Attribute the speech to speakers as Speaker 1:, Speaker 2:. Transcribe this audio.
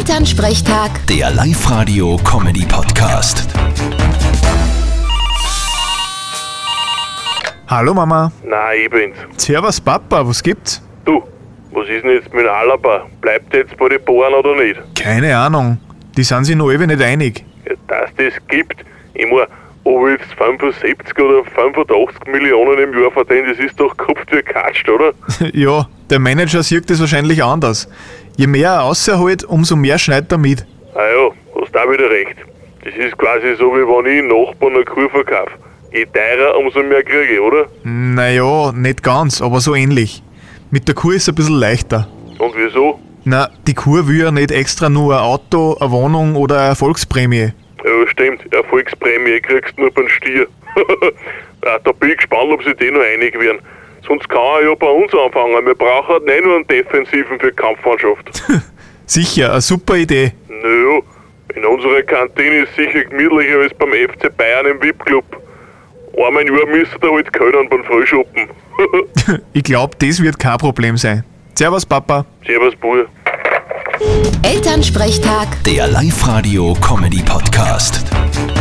Speaker 1: Elternsprechtag,
Speaker 2: Der Live-Radio-Comedy-Podcast.
Speaker 3: Hallo Mama.
Speaker 4: Na, ich bin's.
Speaker 3: Servus Papa, was gibt's?
Speaker 4: Du, was ist denn jetzt mit Alaba? Bleibt der jetzt bei den Bauern oder nicht?
Speaker 3: Keine Ahnung. Die sind sich noch ewig nicht einig.
Speaker 4: Ja, Dass das gibt, ich mein, ob ich jetzt 75 oder 85 Millionen im Jahr verdiene, das ist doch kupft wie katscht, oder?
Speaker 3: ja, der Manager sieht das wahrscheinlich anders. Je mehr er rausholt, umso mehr schneit er mit.
Speaker 4: Ah ja, hast da wieder recht. Das ist quasi so, wie wenn ich einen Nachbarn eine Kuh verkaufe. Je teurer, umso mehr kriege ich, oder?
Speaker 3: Naja, nicht ganz, aber so ähnlich. Mit der Kuh ist es ein bisschen leichter.
Speaker 4: Und wieso?
Speaker 3: Na, die Kuh will ja nicht extra nur ein Auto, eine Wohnung oder eine Erfolgsprämie.
Speaker 4: Ja, stimmt, Erfolgsprämie kriegst du nur beim Stier. Na, da bin ich gespannt, ob sie die noch einig werden. Sonst kann er ja bei uns anfangen. Wir brauchen halt nicht nur einen Defensiven für die Kampfmannschaft.
Speaker 3: Sicher, eine super Idee.
Speaker 4: Naja, in unserer Kantine ist sicher gemütlicher als beim FC Bayern im VIP-Club. Einmal im Jahr müsst ihr da halt können beim Frühschuppen.
Speaker 3: Ich glaube, das wird kein Problem sein. Servus Papa.
Speaker 4: Servus, Bub.
Speaker 1: Elternsprechtag.
Speaker 2: Der Live-Radio-Comedy-Podcast.